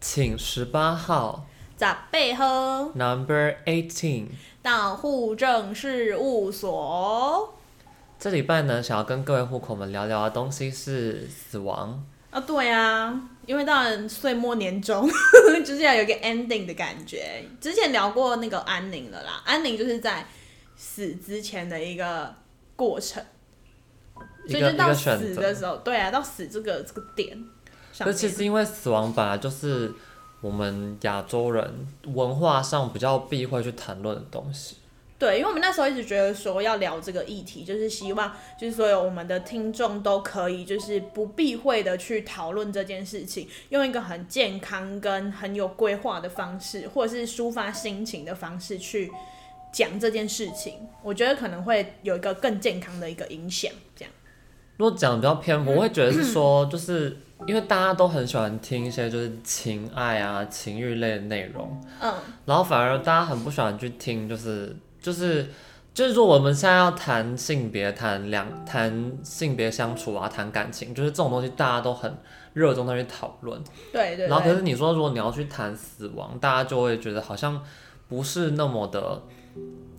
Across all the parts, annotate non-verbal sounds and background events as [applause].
请十八号咋背喝 Number Eighteen。到户政事务所这礼拜呢，想要跟各位户口们聊聊的东西是死亡。啊，对啊，因为到了岁末年终， [laughs] 就是要有一个 ending 的感觉。之前聊过那个安宁了啦，安宁就是在死之前的一个过程，一所以个就一到个选死的择。时候，对啊，到死这个这个点上可其面，实因为死亡本来就是我们亚洲人文化上比较避讳去谈论的东西。对，因为我们那时候一直觉得说要聊这个议题，就是希望就是所有我们的听众都可以就是不避讳的去讨论这件事情，用一个很健康跟很有规划的方式，或者是抒发心情的方式去讲这件事情，我觉得可能会有一个更健康的一个影响。这样，如果讲得比较偏颇，我会觉得是说， [clears throat] 就是因为大家都很喜欢听一些就是情爱啊、情欲类的内容。嗯，然后反而大家很不喜欢去听、就是，就是就是如果我们现在要谈性别、谈两谈性别相处啊、谈感情，就是这种东西大家都很热衷的去讨论。对对然后可对，是你说，如果你要去谈死亡，大家就会觉得好像不是那么的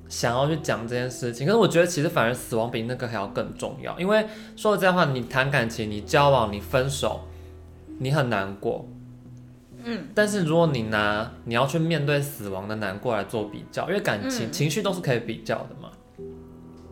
想要去讲这件事情。可是我觉得其实反而死亡比那个还要更重要，因为说实在话，你谈感情、你交往、你分手，你很难过。嗯，但是如果你拿你要去面对死亡的难过来做比较，因为感情、嗯情绪都是可以比较的嘛。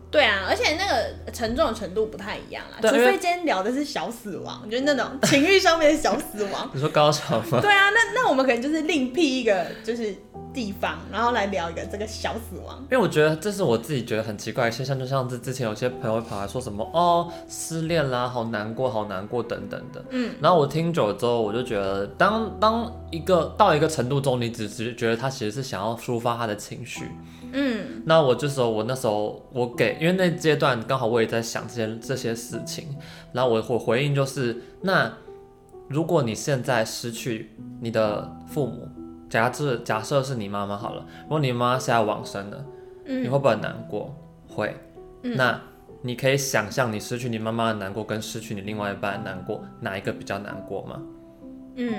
对啊，而且那个沉重的程度不太一样啦，对除因为非今天聊的是小死亡，就是那种情欲上面的小死亡。你说高潮 [laughs] 吗？对啊，那那我们可能就是另辟一个就是地方，然后来聊一个这个小死亡。因为我觉得这是我自己觉得很奇怪的现象，就像是之前有些朋友会跑来说什么哦失恋啦，好难过，好难过等等的。嗯，然后我听久了之后，我就觉得当当一个到一个程度中，你只是觉得他其实是想要抒发他的情绪。嗯，那我这时候我那时候我给，因为那阶段刚好我也在想这些这些事情，然后我我回应就是那。如果你现在失去你的父母，假设假设是你妈妈好了，如果你妈妈现在往生了，你会不会很难过？会。那你可以想象你失去你妈妈的难过，跟失去你另外一半的难过，哪一个比较难过吗？嗯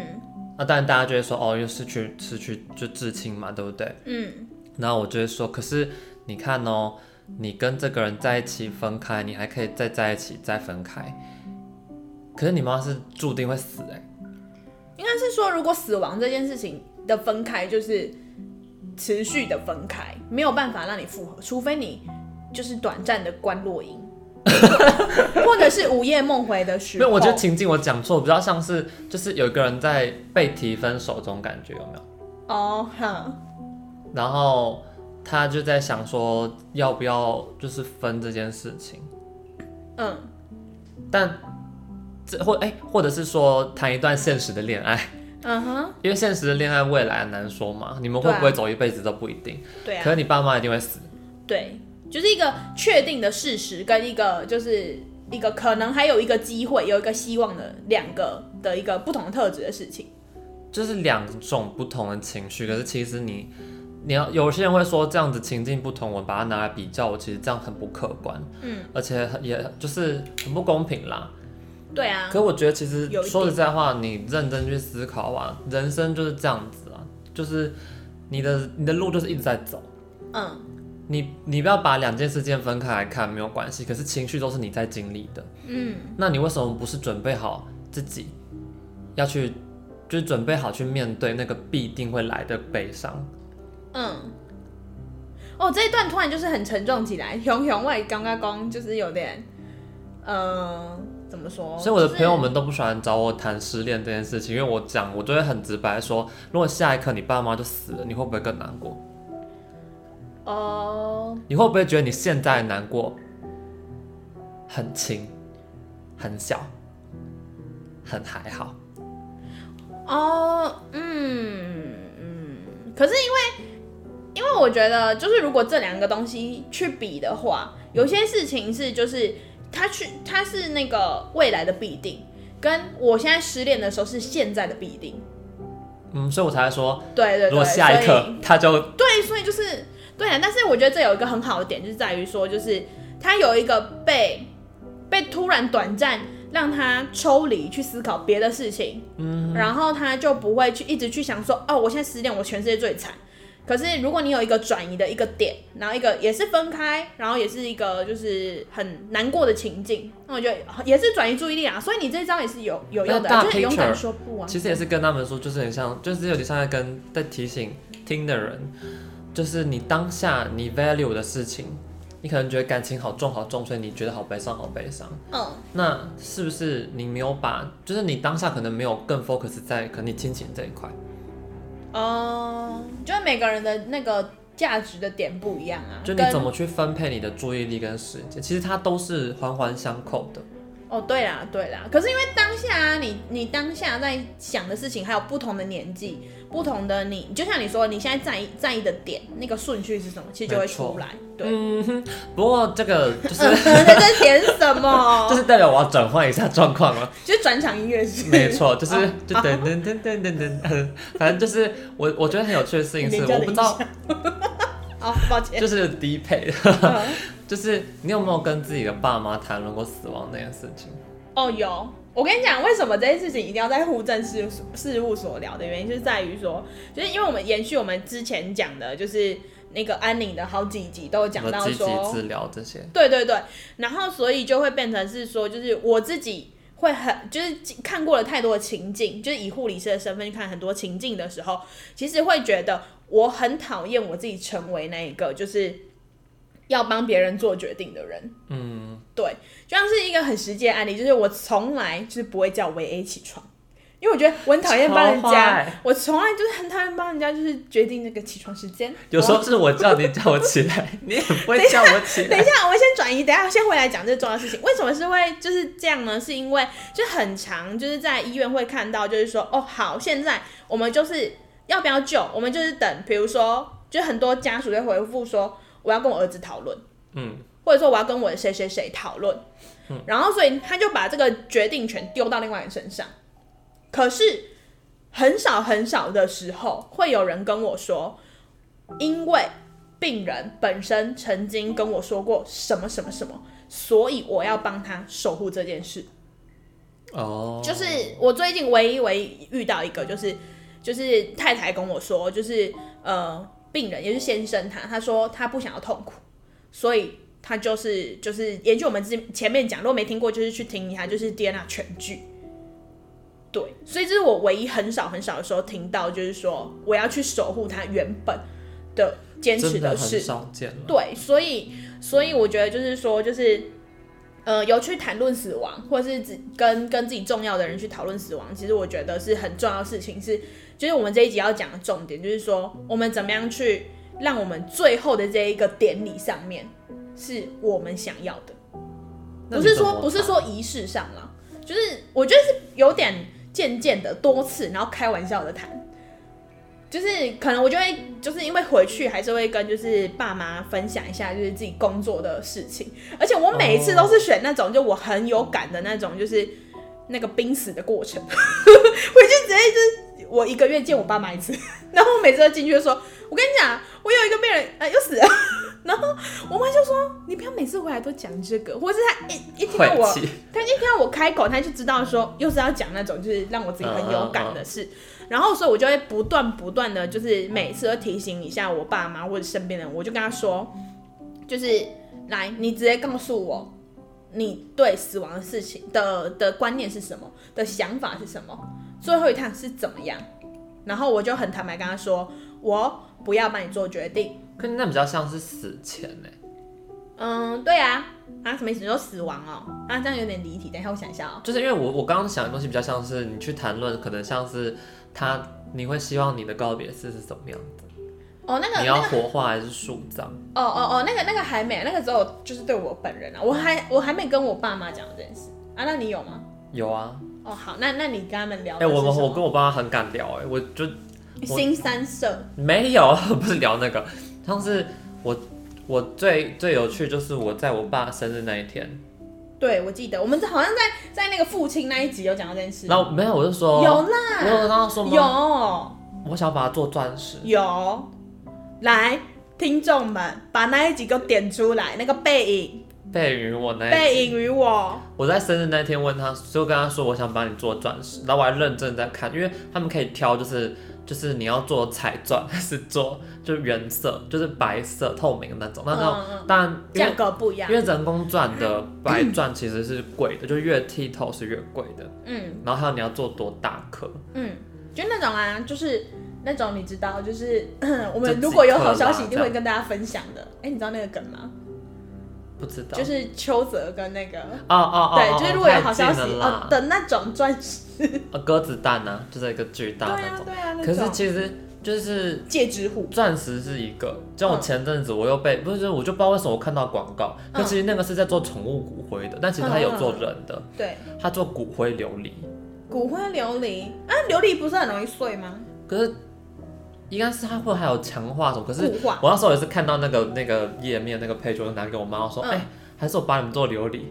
那当然，大家就会说，哦，又失去失去就至亲嘛，对不对？嗯，然后我就会说，可是你看哦，你跟这个人在一起分开，你还可以再在一起再分开，可是你妈妈是注定会死哎、应该是说，如果死亡这件事情的分开就是持续的分开，没有办法让你复合，除非你就是短暂的关 [laughs] 落音，或者是午夜梦回的时没候。有，我觉得情境我讲错，比较像是就是有一个人在被提分手这种感觉，有没有？哦，哼，然后他就在想说要不要就是分这件事情，嗯，但这或哎、或者是说谈一段现实的恋爱，嗯哼，因为现实的恋爱未来很难说嘛，你们会不对会啊走一辈子都不一定，对啊可。是你爸妈一定会死。对，就是一个确定的事实跟一个就是一个可能还有一个机会，有一个希望的两个的一个不同特质的事情。就是两种不同的情绪，可是其实你，你要有些人会说这样子情境不同，我把它拿来比较，我其实这样很不客观，嗯，而且很也就是很不公平啦。对啊，可我觉得其实有一点说实在话，你认真去思考啊，人生就是这样子啊，就是你的你的路就是一直在走，嗯你你不要把两件事件分开来看没有关系，可是情绪都是你在经历的，嗯，那你为什么不是准备好自己要去，就是准备好去面对那个必定会来的悲伤？嗯。哦，这一段突然就是很沉重起来，熊熊外刚刚刚就是有点，呃，怎么说？所以我的就是朋友们都不喜欢找我谈失恋这件事情，因为我讲我就会很直白说，如果下一刻你爸妈就死了，你会不会更难过？哦、你会不会觉得你现在的难过很轻、很小、很还好？哦，嗯嗯，可是因为，因为我觉得，就是如果这两个东西去比的话，有些事情是就是它去它是那个未来的必定，跟我现在失恋的时候是现在的必定。嗯，所以我才会说，对对对，如果下一所刻以他就对，所以就是对啊。但是我觉得这有一个很好的点，就是在于说，就是它有一个被被突然短暂让他抽离去思考别的事情，嗯，然后他就不会去一直去想说，哦，我现在失恋，我全世界最惨。可是如果你有一个转移的一个点，然后一个也是分开，然后也是一个就是很难过的情境，那我觉得也是转移注意力啊。所以你这招也是有有用的那啊，大就是勇敢 picture，说不啊。其实也是跟他们说，就是很像，就是有点像在跟在提醒听的人，就是你当下你 value 的事情，你可能觉得感情好重好重，所以你觉得好悲伤好悲伤。嗯，那是不是你没有把，就是你当下可能没有更 focus 在可能你亲情这一块？啊哦、就是每个人的那个价值的点不一样啊，就你跟怎么去分配你的注意力跟时间，其实它都是环环相扣的。哦，对啦，对啦。可是因为当下啊，你你当下在想的事情，还有不同的年纪、不同的你，就像你说，你现在在意在意的点，那个顺序是什么，其实就会出来。对， [laughs] 嗯哼，不过这个就是 [laughs] 在点什就么？是代表我要转换一下状况了。就是转场音乐是 [laughs] 没， [laughs] 错，就是啊就等等等等等等，呃 [laughs] 反正就是我我觉得很有趣的事情是，你家我的不知道音 [laughs] 哦，抱歉。就是低配，嗯 [laughs] 就是你有没有跟自己的爸妈谈论过死亡那件事情？哦，有。我跟你讲，为什么这件事情一定要在户政事务所事务所聊的原因，就是在于说，就是因为我们延续我们之前讲的，就是那个安宁的好几集都有讲和到积极说，治疗这些，对对对，然后所以就会变成是说，就是我自己会很就是看过了太多的情境，就是以护理师的身份去看很多情境的时候，其实会觉得我很讨厌我自己成为那一个就是要帮别人做决定的人。嗯，对，就像是一个很实际的案例，就是我从来就是不会叫维 A 起床。因为我觉得我很讨厌帮人超家坏，我从来就是很讨厌帮人家，就是决定那个起床时间。有时我候是我叫你叫我起 [laughs] 来，你也不会叫我起等一来。下，我先转移，等一下先回来讲这重要的事情。为什么是会就是这样呢？是因为就很长，就是在医院会看到，就是说哦，好，现在我们就是要不要救，我们就是等，比如说，就很多家属会回复说，我要跟我儿子讨论，嗯，或者说我要跟我的谁谁谁讨论，然后所以他就把这个决定权丢到另外人身上。可是很少很少的时候，会有人跟我说，因为病人本身曾经跟我说过什么什么什么，所以我要帮他守护这件事。 [laughs] 哦，就是我最近唯一唯一遇到一个，就是就是太太跟我说，就是呃，病人也是先生他，他说他不想要痛苦，所以他就是就是研究我们之前面讲，如果没听过，就是去听一下，就是 DNA 全剧。对，所以这是我唯一很少很少的时候听到，就是说我要去守护他原本的坚持真的事很，少见了。对，所以所以我觉得就是说，就是呃，有去谈论死亡，或是只跟跟自己重要的人去讨论死亡，其实我觉得是很重要的事情是就是我们这一集要讲的重点，就是说我们怎么样去让我们最后的这一个典礼上面是我们想要的。那不你是怎么说不是办说仪式上啦，就是我觉得是有点渐渐的多次，然后开玩笑的谈，就是可能我就会就是因为回去还是会跟就是爸妈分享一下就是自己工作的事情，而且我每一次都是选那种就我很有感的那种，就是那个濒死的过程， [laughs] 回去直接就是我一个月见我爸妈一次，然后我每次都进去就说，我跟你讲，我有一个病人呃又死了， [laughs] 然后我妈就说你不要每次回来都讲这个，或者是她一一听到晦我气，他一听到我开口，他就知道说又是要讲那种就是让我自己很有感的嗯事，然后所以我就会不断不断的就是每次都提醒一下我爸妈或者身边的人，我就跟他说，就是来你直接告诉我你对死亡的事情的的观念是什么，的想法是什么，最后一趟是怎么样，然后我就很坦白跟他说，我不要帮你做决定，可是那比较像是死前欸呢。嗯，对啊，啊什么意思？你说死亡哦，啊这样有点离题，等一下我想一下哦。就是因为我我刚刚想的东西比较像是你去谈论，可能像是他你会希望你的告别式是怎么样的？哦，那个你那要个火化还是树葬？哦哦哦，那个那个还没，那个只有就是对我本人啊，我还我还没跟我爸妈讲这件事啊。那你有吗？有啊，哦，好，那哦那你跟他们聊哎、的是我什么？们我跟我爸妈很敢聊、哎，我就我新三社没有，啊 [laughs] 不是聊那个，像是我我最最有趣就是我在我爸生日那一天，对我记得，我们好像在在那个父亲那一集有讲到这件事，然后没有我就说，有我有啦，跟他说吗？有我想把它做钻石，有，来，听众们把那一集给我点出来，那个背影背于我那一背集影于我，我在生日那天问他，就跟他说我想帮你做钻石，然后我还认真在看，因为他们可以挑，就是就是你要做彩钻 [laughs] 还是做就是原色，就是白色透明的那种。那种、嗯嗯，当然因价为格不一样因，为人工钻的白钻其实是贵的，就越剔透是越贵的。嗯然后还有你要做多大颗，嗯，就那种啊，就是那种你知道，就是 [coughs] 我就们几如果有克好啦消息一这定会样跟大家分享的。哎、你知道那个梗吗？不知道。就是邱泽跟那个。哦哦哦，对，就是如果有好消息哦哦，的那种钻石，呃鸽子蛋呢、就是一个巨对大的那啊种。对啊，那可是种其实就是戒指虎，钻石是一个，像我嗯前阵子我又被，不是，我就不知道为什么我看到广告，可其实那个是在做宠物骨灰的，但其实它有做人的，对，它做骨灰琉璃，骨灰琉璃啊，琉璃不是很容易碎吗？可是应该是它会还有强化什么，可是固化，我那时候也是看到那个那个页面那个 page，我就拿给我妈，我说，嗯哎、还是我帮你们做琉璃。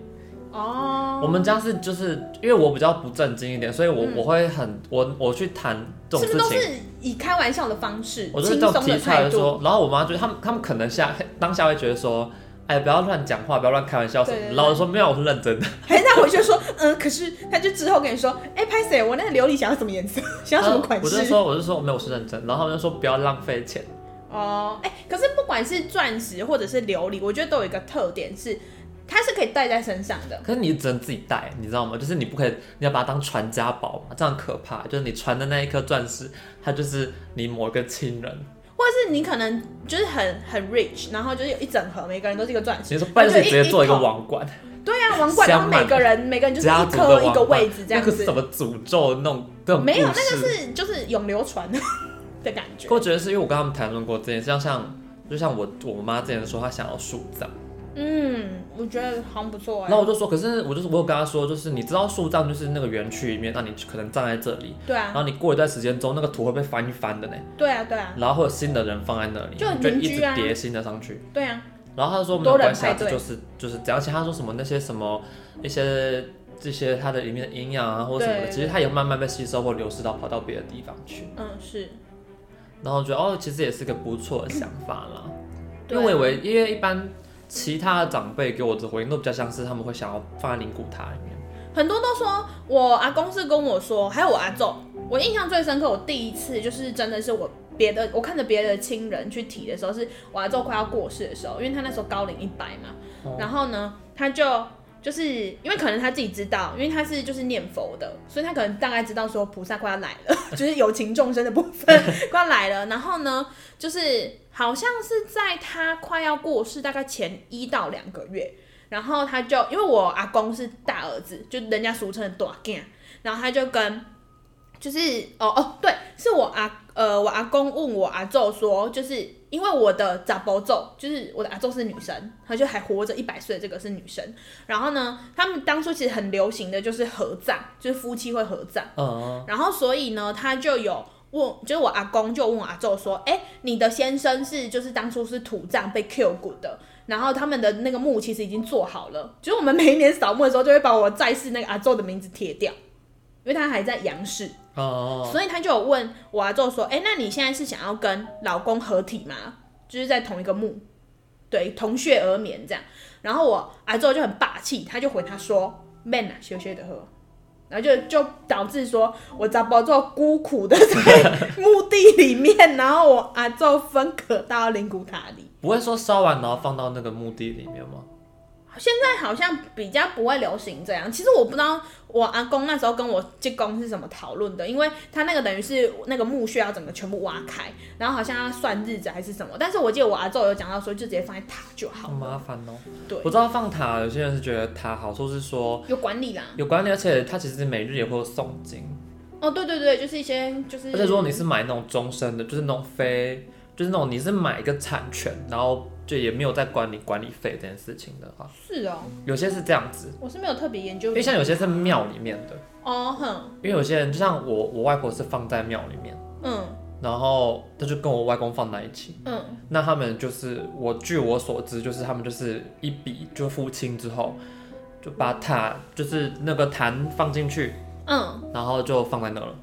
哦，我们家是就是因为我比较不正经一点，所以我、嗯我会很我我去谈这种是不事是情，都是以开玩笑的方式，我就是轻这种松的提出来态就度？说，[laughs] 然后我妈就他们他们可能下当下会觉得说，哎，不要乱讲话，不要乱开玩笑什么对的。对然后我说没有，我是认真的。哎，那我就说，嗯，可是他就之后跟你说，哎，拍谁？我那个琉璃想要什么颜色， [laughs] 想要什么款呃我就式？说我就说没有，我是认真。然后他们就说不要浪费钱。哦，哎，可是不管是钻石或者是琉璃，我觉得都有一个特点是，它是可以戴在身上的。可是你只能自己带，你知道吗？就是你不可以，你要把它当传家宝嘛，这样可怕。就是你传的那一颗钻石，它就是你某一个亲人。或者是你可能就是很很 rich，然后就是有一整盒，每个人都是一个钻石。你说不然就是直接做一个然后就王冠，对啊，王冠，然镶后满每个人每个人就是家一族的颗一王个冠，位置这样那个是子什。么诅咒的那种那种没有，那故事个是就是永流传的 [laughs] 感觉。我觉得是因为我跟他们谈论过这件事，像像就像我我妈之前说她想要树葬，嗯，我觉得好像不错哎、然后我就说，可是我就是我有跟她说，就是你知道树葬就是那个园区里面，那你可能站在这里，对然啊，后你过一段时间之后，那个土会被翻一翻的呢，对啊，对啊，然后会有新的人放在那里，就很你就邻一直居啊叠新的上去。对啊，然后她说没有多人关系啊，排这队就是就是这样，而且她说什么那些什么一些这些它的里面的营养啊或者什么的，对其实它也慢慢被吸收或流失到跑到别的地方去。嗯是。然后我觉得哦，其实也是个不错的想法啦。因对啊为我以为，因为一般其他的长辈给我的回应都比较像是他们会想要放在灵骨塔里面。很多都说我阿公是跟我说，还有我阿昼，我印象最深刻，我第一次就是真的是我别的，我看着别的亲人去提的时候，是我阿昼快要过世的时候，因为他那时候高龄一百嘛，哦然后呢，他就就是因为可能他自己知道，因为他是就是念佛的，所以他可能大概知道说菩萨快要来了， [laughs] 就是有情众生的部分快要来了，然后呢，就是好像是在他快要过世大概前一到两个月。然后他就因为我阿公是大儿子，就人家俗称的大囝，然后他就跟就是哦哦对，是我阿呃我阿公问我阿昼说，就是因为我的杂包昼就是我的阿昼是女生，她就还活着一百岁，这个是女生。然后呢，他们当初其实很流行的就是合葬，就是夫妻会合葬。嗯，然后所以呢，他就有问，就是我阿公就问我阿昼说：“哎、你的先生是就是当初是土葬被 Q 骨的，然后他们的那个墓其实已经做好了，就是我们每一年扫墓的时候就会把我在世那个阿昼的名字贴掉，因为他还在阳世，哦、所以他就有问我阿昼说：哎、那你现在是想要跟老公合体吗？就是在同一个墓，对，同穴而眠这样。然后我阿昼就很霸气，他就回他说：man 啊，羞羞的喝。”然后就就导致说我杂包做孤苦的在墓地里面，然后我阿昼分隔到灵骨塔里。不会说烧完然后放到那个墓地里面吗？现在好像比较不会流行这样。其实我不知道我阿公那时候跟我舅公是怎么讨论的，因为他那个等于是那个墓穴要整个全部挖开，然后好像要算日子还是什么。但是我记得我阿昼有讲到说，就直接放在塔就好好，麻烦哦、对我知道放塔，有些人是觉得塔好处是说有管理啦。有管理，而且它其实每日也会有诵经，哦，对对对，就是一些就是，而且如果你是买那种终身的，就是那种非，就是那种你是买一个产权，然后就也没有在管理管理费这件事情的话，是哦，有些是这样子，我是没有特别研究因为像有些是庙里面的，哦哼，因为有些人就像我，我外婆是放在庙里面。嗯然后他就跟我外公放在一起。嗯那他们就是我据我所知，就是他们就是一笔就付清之后，就把塔就是那个坛放进去，嗯，然后就放在那了。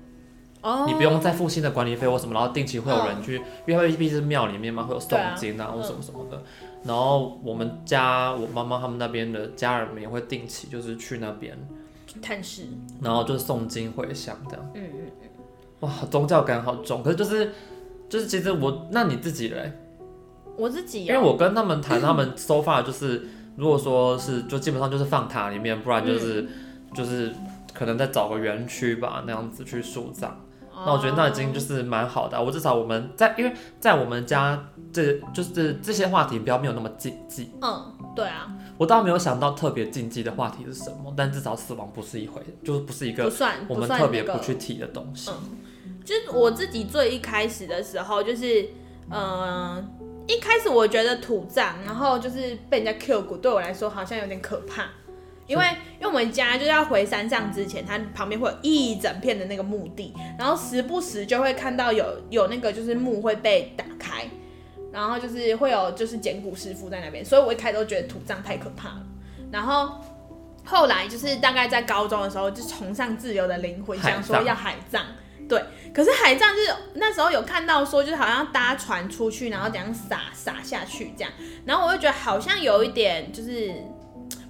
哦，嗯你不用再付新的管理费或什么，然后定期会有人去，因为毕竟是庙里面嘛，会有诵对啊经啊或嗯什么什么的。然后我们家我妈妈他们那边的家人们也会定期就是去那边，探视，然后就是诵经回向这样。嗯嗯，哇，宗教感好重，可是就是就是其实我那你自己嘞，我自己、因为我跟他们谈，他们 so far 就是如果说是就基本上就是放塔里面，不然就是、嗯就是可能再找个园区吧那样子去树葬。哦那我觉得那已经就是是蛮好的啊、我至少我们在，因为在我们家这就是这些话题比较没有那么禁忌。嗯，对啊，我倒没有想到特别禁忌的话题是什么，但至少死亡不是一回，就是不是一不个算我嗯不们算特别那个嗯不去提的东西。就是我自己最一开始的时候，就是嗯、呃一开始我觉得土葬，然后就是被人家 Q 骨，对我来说好像有点可怕。因为因为我们家就是要回山上之前，它旁边会有一整片的那个墓地，然后时不时就会看到有有那个就是墓会被打开，然后就是会有就是捡骨师傅在那边，所以我一开始都觉得土葬太可怕了。然后后来就是大概在高中的时候，就崇尚自由的灵魂，海想说葬要海葬。对，可是海葬就是那时候有看到说，就是好像搭船出去，然后怎样撒撒下去这样，然后我就觉得好像有一点就是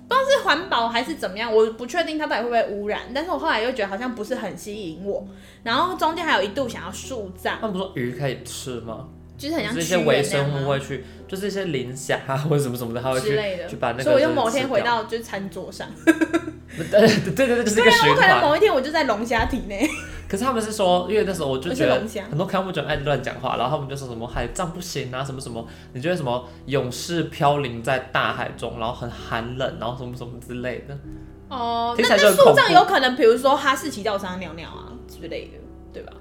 不知道是环保还是怎么样，我不确定它到底会不会污染，但是我后来又觉得好像不是很吸引我，然后中间还有一度想要树葬，他们不是说鱼可以吃吗？就是很像就是一些蛆人那微样生物吗会去，就是一些磷虾啊或者什么什么的，它会之去类的去。把那个。所以我就某天回，到就是餐桌上， [laughs] 对对对，就是一个循啊我可能环。某一天我就在龙虾体 [laughs] 内，可是他们是说，因为那时候我就觉而且得龙虾很多看不准哎爱乱讲话，然后他们就说什么海葬不行啊，什么什么，你觉得什么勇士飘零在大海中，然后很寒冷，然后什么什么之类的。哦，听那起来就那很恐怖树葬有可能，比如说哈士奇在我身上尿尿啊之类的，对吧？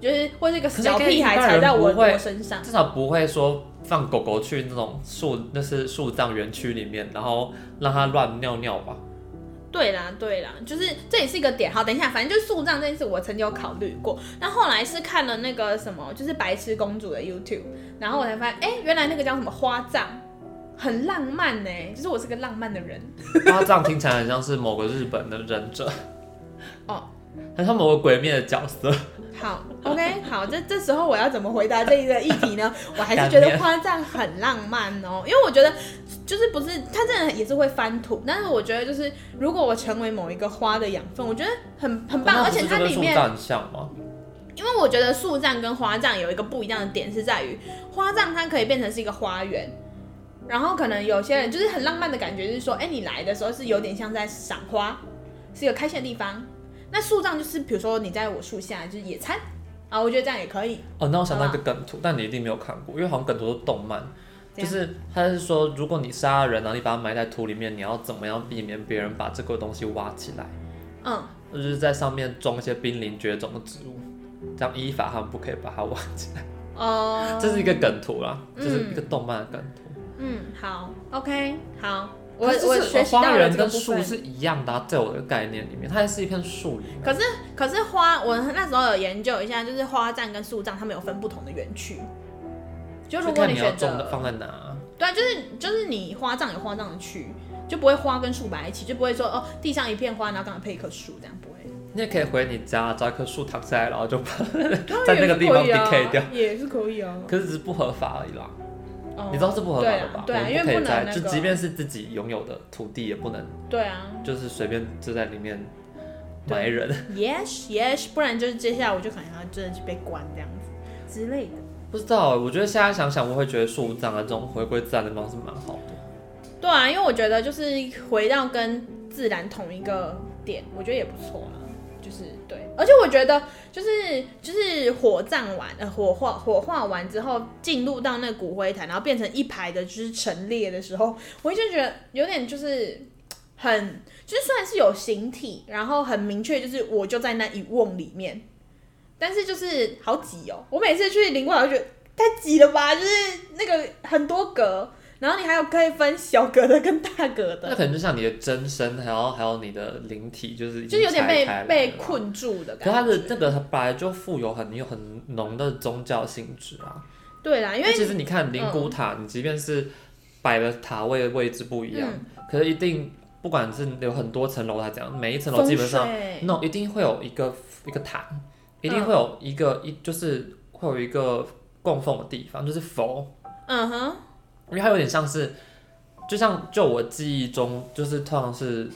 就是或是一个可是小跟一屁孩般踩人在我不会我身上，至少不会说放狗狗去那种树，那是树葬园区里面，然后让它乱尿尿 [laughs] 吧。对啦，对啦，就是这也是一个点。好，等一下，反正就是树葬这件事，我曾经有考虑过。那后来是看了那个什么，就是白痴公主的 YouTube，然后我才发现，哎、原来那个叫什么花葬，很浪漫呢、就是我是个浪漫的人。花葬听起来很像是某个日本的忍者，哦，很像某个鬼灭的角色。 [laughs] 好，OK，好，这这时候我要怎么回答这一个议题呢？我还是觉啊得花葬很浪漫哦，因为我觉得就是不是它真的也是会翻土，但是我觉得就是如果我成为某一个花的养分，我觉得很很棒，哦那而不是且它就跟里树面葬很像吗？因为我觉得树葬跟花葬有一个不一样的点是在于，花葬它可以变成是一个花园，然后可能有些人就是很浪漫的感觉，就是说，哎，你来的时候是有点像在赏花，是一个开心的地方。那树葬就是比如说你在我树下就是野餐啊，我觉得这样也可以。哦，那我想到一个嗯梗图，但你一定没有看过，因为好像梗图都是动漫。怎就样是他是说，如果你杀人，然后你把它埋在土里面，你要怎么样避免别人把这个东西挖起来？嗯，就是在上面种一些濒临绝种的植物，这样依法他们不可以把它挖起来。哦、这是一个梗图啦，嗯就是一个动漫的梗图。嗯，好，OK，好，我可是我就是学习花到了园这个跟部树分。是一样的、啊，在我的概念里面，它也是一片树林啊、可是可是花，我那时候有研究一下，就是花葬跟树葬，它们有分不同的园区。就如就果看你要选择种的放在哪啊、对啊，就是就是你花葬有花葬的区，就不会花跟树摆在一起，就不会说哦地上一片花，然后刚好配一棵树，这样不会。你也可以回你家找一棵树躺下来，然后就 [laughs] 把 [laughs] 在那个地方也是可以 decay 啊掉， [laughs] 也是可以啊。可是只是不合法而已啦。哦你知道是不合法的吧？对啊，对啊因我们为不可以不能在，那就个，即便是自己拥有的土地，也不能对啊就是随便就在里面对埋人。 ，yes yes，不然就是接下来我就可能要真的就被关这样子之类的。不知道，我觉得现在想想，我会觉得树葬啊这种回归自然的方式蛮好的。对啊，因为我觉得就是回到跟自然同一个点，我觉得也不错啦。就是对，而且我觉得就是就是火葬完，呃，火化火化完之后，进入到那骨灰坛，然后变成一排的，就是陈列的时候，我就觉得有点就是很，就是虽然是有形体，然后很明确，就是我就在那一瓮里面，但是就是好挤哦。我每次去灵馆，我就觉得太挤了吧，就是那个很多格，然后你还有可以分小格的跟大格那的，可能就像你的真身，还有还有你的灵体，就是已就经是有点被拆开来了被。困住的可是它感的觉。那个它本来就富有很有很浓的宗教性质啊。对啦，因为其实你看灵骨塔，你即便是摆的塔位位置不一样，嗯可是一定不管是有很多层楼还是怎样，每一层楼基本上风水那种一定会有一个一个塔，一定会有一个一就是会有一个供奉的地方，就是佛，嗯哼，因为它有点像是，就像就我记忆中，就是通常是，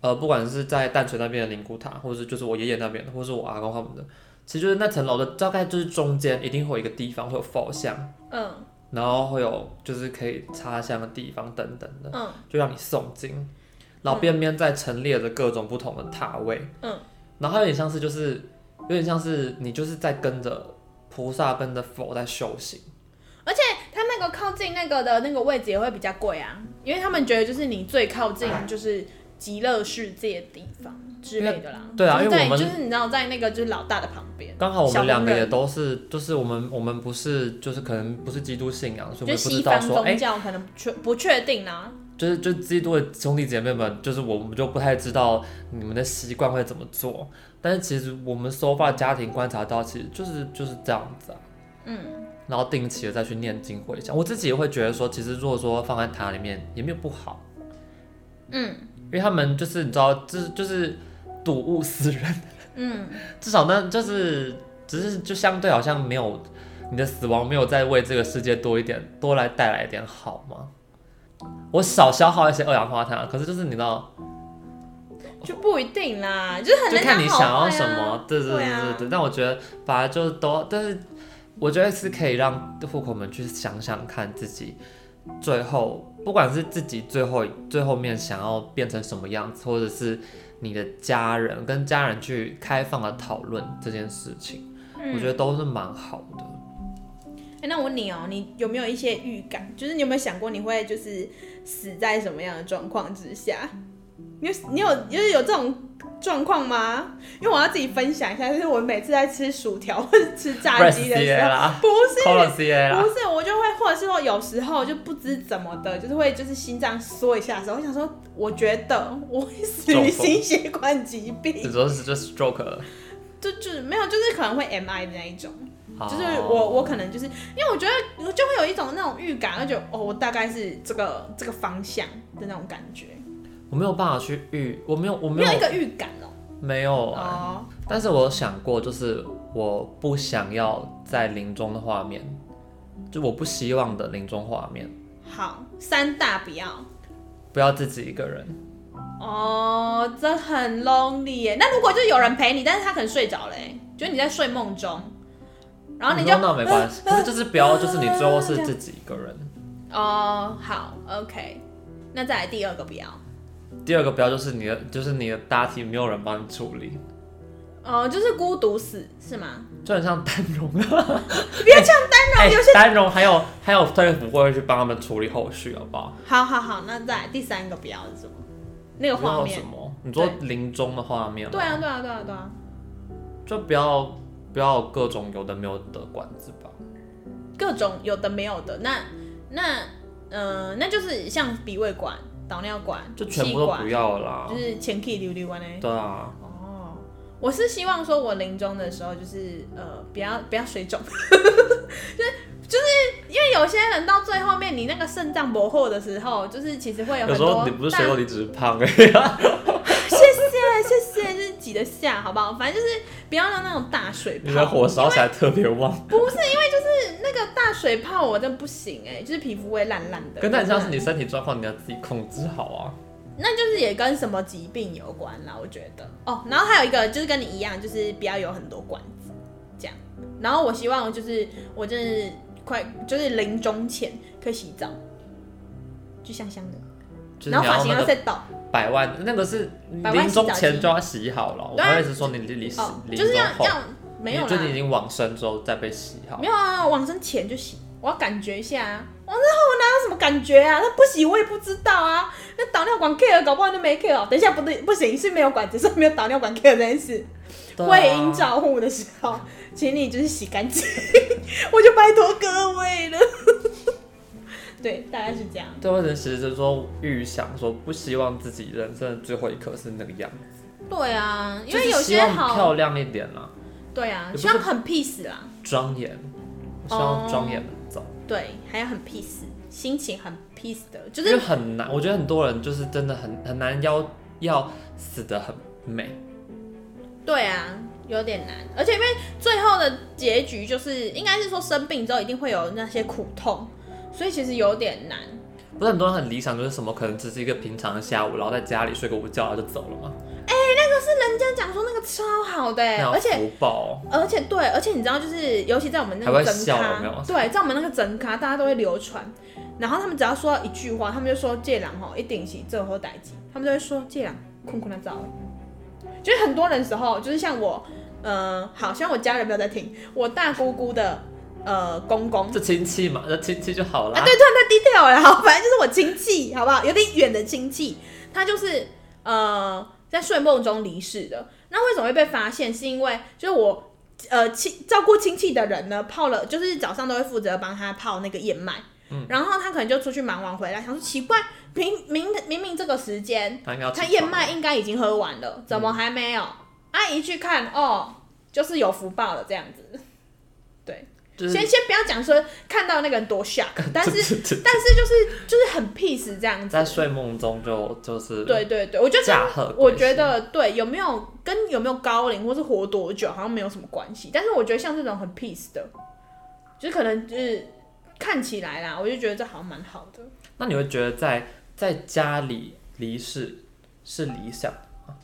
呃，不管是在淡水那边的灵骨塔，或者是就是我爷爷那边的，或者是我阿公他们的，其实就是那层楼的大概就是中间一定会有一个地方会有佛像，嗯然后会有就是可以插香的地方等等的，嗯就让你诵经，然后边边再陈列着各种不同的塔位，嗯，然后它有点像是就是有点像是你就是在跟着菩萨跟着佛在修行，它那个靠近那个的那个位置也会比较贵啊，因为他们觉得就是你最靠近就是极乐世界的地方之类的啦。对啊就是因为在我们就是你知道在那个就是老大的旁边，刚好我小们红两个人也都是就是我们我们不是就是可能不是基督信仰，所以我就们是不知西道方说哎、宗教可能确不确定啊。就是就是基督的兄弟姐妹们，就是我们就不太知道你们的习惯会怎么做，但是其实我们 so far 家庭观察到，其实就是就是这样子啊。嗯，然后定期的再去念经回想。我自己也会觉得说，其实如果说放在塔里面也没有不好，嗯因为他们就是你知道，就是就是睹物思人，嗯 [laughs] 至少那就是只是就相对好像没有你的死亡没有再为这个世界多一点多来带来一点好吗？我少消耗一些二氧化碳啊，可是就是你知道，就不一定啦，就是很就难看你讲想好要坏啊什么，对对对啊对对。但我觉得反而就都，但是我觉得是可以让户口们去想想看自己最后，不管是自己最后最后面想要变成什么样子，或者是你的家人跟家人去开放的讨论这件事情，嗯我觉得都是蛮好的。哎、那我问你哦、你有没有一些预感？就是你有没有想过你会就是死在什么样的状况之下？你有你有就是有这种状况吗？因为我要自己分享一下，就是我每次在吃薯条或者吃不炸然鸡的时 CA 候，啦 [laughs] 不是 c o l c a 啦 [laughs] 不，是，我就会或者是我有时候就不知怎么的，就是会就是心脏缩一下的时候，我想说，我觉得我会死于中风心血管疾只病，说是就 stroke 了，就就是没有，就是可能会 M I 的那一种。就是哦我我可能就是因为我觉得就会有一种那种预感，就觉得哦，我大概是这个这个方向的那种感觉，我没有办法去预，我没有我没没有有一个预感哦、没有哎、哦，但是我有想过，就是我不想要在临终的画面，就我不希望的临终画面，好，三大不要不要自己一个人。哦，这很 lonely 耶。那如果就是有人陪你，但是他可能睡着嘞，就是你在睡梦中，然后你就啊那没关系，可是就是不要，就是你最后是自己一个人。 [laughs] 哦，好，OK，那再来第二个不要。第二个不要就是你的，就是你的大体没有人帮你处理，哦，就是孤独死是吗？就很像丹 [laughs] 绒。别这样单哎人游戏。丹绒还有还有退服会去帮他们处理后续，好不好？好好好，那再来第三个不要是什么？那个不画要面什。么？你说临终的画面吗？对啊，对啊，对啊，对啊。就不要不要各种有的没有的管子吧。各种有的没有的，那那呃，那就是像鼻胃管、导尿管、就全部气都管不，要了啦就。是前 K 溜溜弯呢。对啊，哦，我是希望说我临终的时候，就是呃，不要不要水肿， [laughs] 就是就是因为有些人到最后面，你那个肾脏薄厚的时候，就是其实会有很时多候你不是水大痘，你只是胖而已、啊。 [laughs] 谢谢谢谢，就是挤得下，好不好？反正就是不要让那种大水泡，你的火烧起来特别 [laughs] 旺，不是因为就是那个大水泡，我真的不行哎、就是皮肤会烂烂的。跟那很像是你身体状况，你要自己控制好啊。那就是也跟什么疾病有关啦，我觉得哦。然后还有一个就是跟你一样，就是不要有很多管子这样。然后我希望就是我真是快就是临终前可以洗澡，就香香的，就是然你后发要型那要个 set 到百万，那个是百万临洗澡终前就要洗好了。我对啊刚一直说你离离洗哦，临就是终要后，要没有你就你已啦，经往生之后再被洗好没。有啊，往生前就洗，我要感觉一下啊。往生后我哪有什么感觉啊？那不洗我也不知道啊。那导尿管 care 搞不好就没 care 哦。等一下不对，不行是没有管子，是没有导尿管 care 这件事。对啊会阴照护的时候，请你就是洗干净， [laughs] 我就拜托各位了。 [laughs] 对，大概是这样。对，或者其实就是说预想说不希望自己人生的最后一刻是那个样子，对啊，因就为是有希些望漂好，亮一点啦，对啊也，不是希望很 peace 啦，庄严，希哦望庄严地走。对，还要很 peace，心情很 peace 的，就因为是很难，我觉得很多人就是真的很很难要要死的很美，对啊，有点难，而且因为最后的结局就是，应该是说生病之后一定会有那些苦痛，所以其实有点难。不是很多人很理想，就是什么可能只是一个平常的下午，然后在家里睡个午觉然后就走了嘛，人家讲说那个超好的、那欸，样而且福报哦。而且对，而且你知道，就是尤其在我们那还个会整笑有咖没有，对，在我们那个整咖，大家都会流传。然后他们只要说到一句话，他们就说“借狼吼一定是这或代志”，他们就会说“借狼困困的走”。就是很多人时候，就是像我，呃，好，希望我家人不要再听我大姑姑的呃公公，这亲戚嘛，这亲戚就好啦。啊，对，突然太低调了，好，反正就是我亲戚，好不好？有点远的亲戚，他就是呃在睡梦中离世的。那为什么会被发现？是因为就是我呃亲照顾亲戚的人呢，泡了就是早上都会负责帮他泡那个燕麦。嗯然后他可能就出去忙完回来，想说奇怪，明明明明这个时间，他应该要起他床嗯燕麦应该已经喝完了，怎么还没有？啊，一去看哦，就是有福报了这样子。 [laughs] 对，就是先先不要讲说看到那个人多 shock，但是但是就是就是很 peace 这样子 [laughs] 在。睡梦中就就是对对对，我觉得驾鹤归我觉心得对有没有跟有没有高龄或是活多久好像没有什么关系，但是我觉得像这种很 peace 的，就是可能就是看起来啦，我就觉得这好像蛮好的。那你会觉得在在家里离世是理想的吗？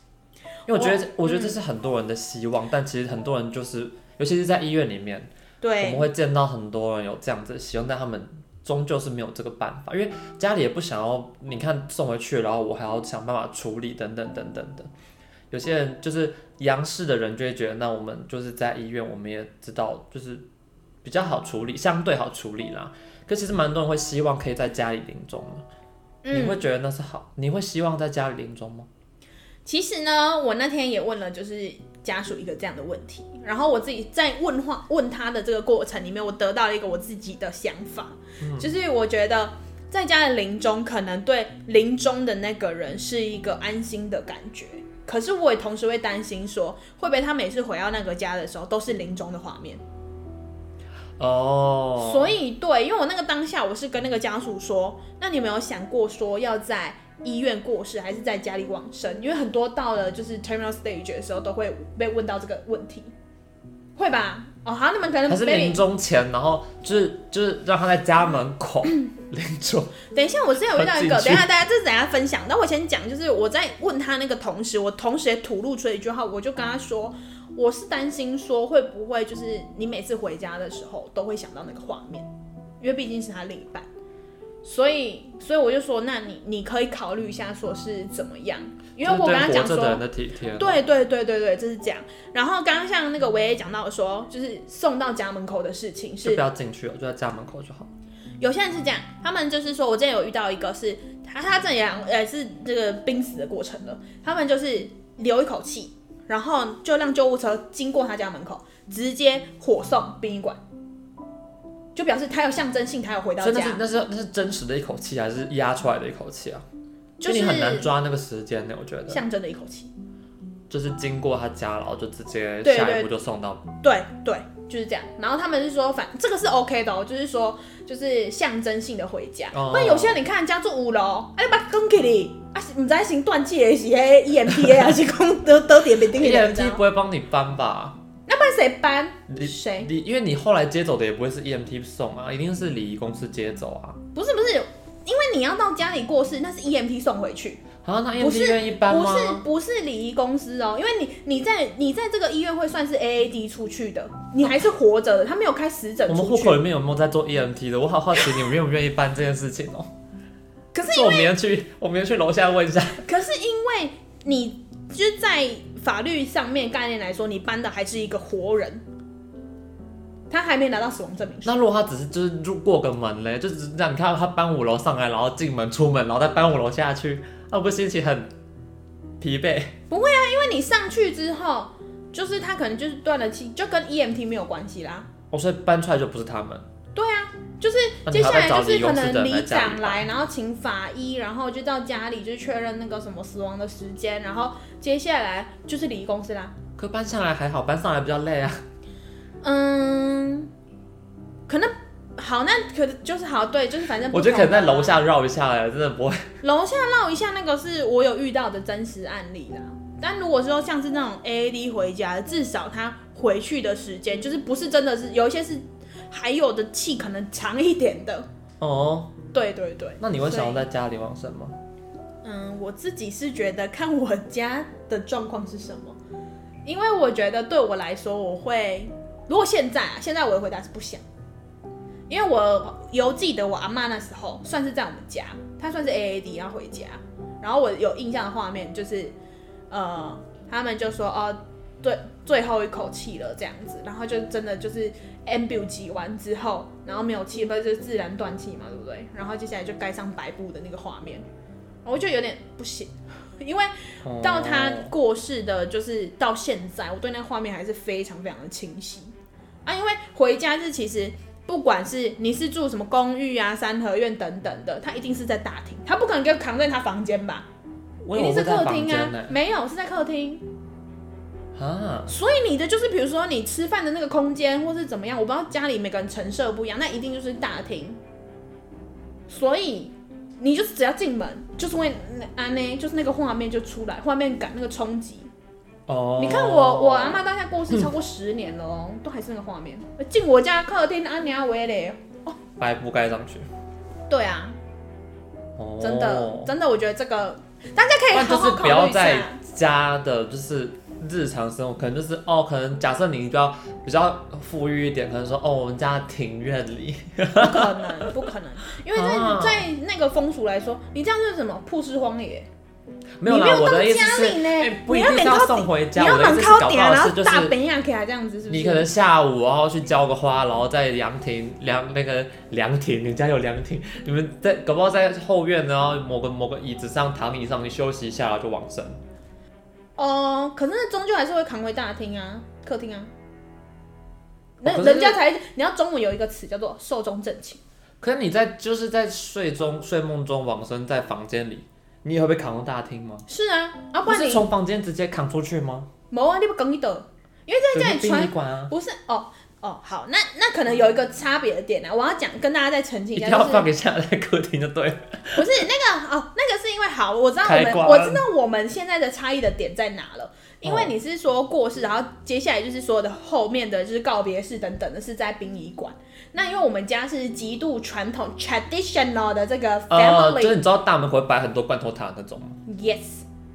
因为我觉得我觉得嗯这是很多人的希望，但其实很多人就是，尤其是在医院里面，我对们会见到很多人有这样子的希望，但他们终究是没有这个办法，因为家里也不想要，你看送回去，然后我还要想办法处理，等等等等的。有些人就是央视的人就会觉得，那我们就是在医院，我们也知道就是比较好处理，相对好处理啦。可其实蛮多人会希望可以在家里临终的。你嗯，会觉得那是好？你会希望在家里临终吗？其实呢，我那天也问了，就是家属一个这样的问题，然后我自己在问话问他的这个过程里面，我得到了一个我自己的想法，就是我觉得在家的临终可能对临终的那个人是一个安心的感觉，可是我也同时会担心说，会不会他每次回到那个家的时候都是临终的画面。哦，所以对，因为我那个当下我是跟那个家属说，那你有没有想过说要在医院过世，还是在家里往生？因为很多到了就是 terminal stage 的时候，都会被问到这个问题，会吧？哦，好，你们可能还是 maybe- 临终前，然后就是就是让他在家门口 [coughs] 临终。等一下，我之前有遇到一个，很等进一去下大家这是等一下分享。但我先讲，就是我在问他那个同时，我同时也吐露出了一句话，我就跟他说，我是担心说会不会就是你每次回家的时候都会想到那个画面，因为毕竟是他另一半，所以所以我就说，那你你可以考虑一下，说是怎么样，因为我跟他就是对讲活着说，的人的体贴，对对对对对，这是这样。然后刚刚像那个维也讲到说，就是送到家门口的事情是就不要进去了，就在家门口就好。有些人是这样，他们就是说，我之前有遇到一个是他他这样呃是这个濒死的过程了，他们就是留一口气，然后就让救护车经过他家门口，直接火送殡仪馆，就表示他有象征性，他有回到所以那是家，那是那是真实的一口气，还是压出来的一口气啊？就是你很难抓那个时间呢，我觉得。象征的一口气。就是经过他家，然后就直接对下对一步就送到。对对，就是这样。然后他们是说，反这个是 OK 的哦，就是说就是象征性的回家。哦不然有些人你看人家住五楼，哎、你把它给你。啊，是唔知道是断气的是迄 EMPA 还是讲得得点被顶 EMT E 不会帮你搬吧？那不然谁搬？你谁？你因为你后来接走的也不会是 EMT 送啊，一定是礼仪公司接走啊。不是不是，因为你要到家里过世，那是 EMT 送回去，啊，那不是 EMT 愿意搬不吗？是不是礼仪公司哦，因为你你在你在这个医院会算是 AAD 出去的，你还是活着的，他没有开死诊我们出户口去。里面有没有在做 EMT 的？我好好奇你们愿不愿意办这件事情哦。可是是我明天去，我明天去楼下问一下。可是因为你就是在法律上面概念来说，你搬的还是一个活人，他还没拿到死亡证明书。那如果他只是就是入过个门嘞，就只是让你看到他搬五楼上来，然后进门出门，然后再搬五楼下去，那不是心情很疲惫？因为你上去之后，就是他可能就是断了气，就跟 EMT 没有关系啦。我、哦所以搬出来就不是他们，啊就是那接你下还来要找就是理可由是能等里来家里长吧。来，然后请法医，然后就到家里就确认那个什么死亡的时间，然后接下来就是礼仪公司啦。可搬下来还好，搬上来比较累啊。嗯，可能好，那可就是好，对，就是反正不我觉得可能在同啊的楼下绕一下，真的不会。楼下绕一下那个是我有遇到的真实案例啦。但如果说像是那种 A A D 回家，至少他回去的时间就是不是真的是有一些是还有的气可能长一点的。哦，对啊对对，那你会想要所以在家里往生吗？嗯，我自己是觉得看我家的状况是什么，因为我觉得对我来说，我会如果现在啊，现在我的回答是不想，因为我犹记得我阿妈那时候算是在我们家，她算是 AAD 要回家，然后我有印象的画面就是，呃，他们就说哦，对，最后一口气了这样子，然后就真的就是 ambu 挤完之后，然后没有气，不是就自然断气嘛，对不对？然后接下来就盖上白布的那个画面。我就有点不行， [laughs] 因为哦到他过世的，就是到现在，我对那画面还是非常非常的清晰啊。因为回家是其实不管是你是住什么公寓啊、三合院等等的，他一定是在大厅，他不可能给我扛在他房间吧？哦我一有定是在客房厅间啊呢，没有是在客厅。啊，所以你的就是比如说你吃饭的那个空间，或是怎么样，我不知道家里每个人陈设不一样，那一定就是大厅。所以你就是只要进门，就是会安呢，就是那个画面就出来，画面感那个冲击。哦，你看我我阿妈到现在过世超过十年了哦，都还是那个画面。呃进我家客厅啊安妮阿维嘞，白布盖上去，对啊，哦，真的、真的，我觉得这个大家可以但好就好是不考要虑一下在。家的，就是日常生活，可能就是哦，可能假设你比较比较富裕一点，可能说哦，我们家庭院里， [laughs] [laughs] 不可能，不可能，因为在、啊在那个风俗来说，你这样就是什么曝尸荒野，没有你啦，没有我到的意思家是，哎里呢，不一你要定蛮是要靠送回家，你要我的意蛮思是靠搞顶，不好然后是就大是。本亚给他这样子，是不是？你可能下午啊然后去浇个花，然后在凉亭凉那个凉亭，你家有凉亭，你们在搞不好在后院，然后某个某个椅子上、躺椅上，你休息一下，然后就往生。哦、可是终究还是会扛回大厅啊，客厅啊。那哦可是人家才，你要中文有一个词叫做寿终正寝，可是你在就是在睡中睡梦中往生，在房间里，你也会被扛到大厅吗？是啊，啊不不然是你从房间直接扛出去吗？某啊，你不梗一抖，因为在家对，里殡仪传馆啊，不是哦哦好，那那可能有一个差别的点啊，我要讲跟大家再澄清一一下，定就要是放给下在客厅就对了。不是那个哦，那个是因为好，我知道我开们关哦我知道我们现在的差异的点在哪了，因为你是说过世，然后接下来就是所有的后面的就是告别式等等的是在殡仪馆。那因为我们家是极度传统 traditional 的这个呃，就 family，yes，、是你知道大门口会摆很多罐头塔那种吗？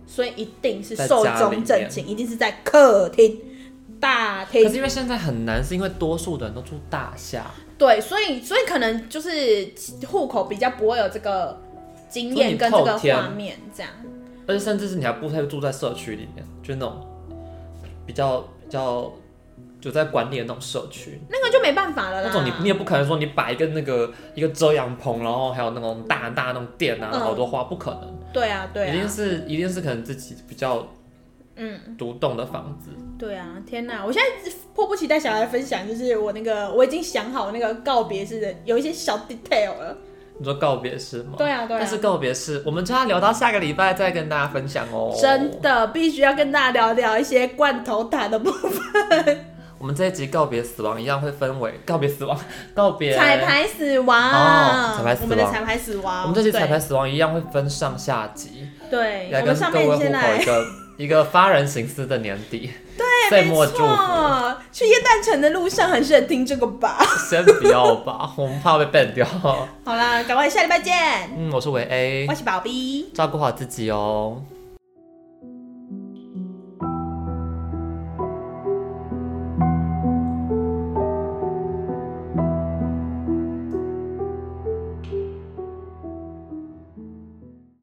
所以一定是在寿家里终面正寝，一定是在客厅、大厅可是因为现在很难，是因为多数的人都住大厦，对，所以所以可能就是户口比较不会有这个经验跟这所以个你透天画面这样。而且甚至是你还不太住在社区里面，就那种比较比较有在管理的那种社区，那个就没办法了啦。那种你你也不可能说你摆一个那个一个遮阳棚，然后还有那种大大那种店啊，嗯好多花，不可能，对啊，对一定啊，是一定是可能自己比较嗯，独栋的房子。对啊，天哪！我现在迫不及待想要来分享，就是我那个我已经想好那个告别式的有一些小 detail 了。你说告别式吗？对啊，对但啊是，告别式，我们就要聊到下个礼拜再跟大家分享哦。真，的必须要跟大家聊聊一些罐头塔的部分，我们这一集告别死亡一样会分为告别死亡、告别彩排死亡，哦彩排死亡我们的彩排死亡，我们这期对彩排死亡一样会分上下集。对，来我跟各们上位面户先口来一。个一个发人省思的年 [laughs] 底，对岁没末祝福，错，去耶诞城的路上很适合听这个吧。先不要吧， [laughs] 我们怕被 ban 掉。好啦，赶快下礼拜见。嗯，我是维 A，我是宝贝。照顾好自己哦。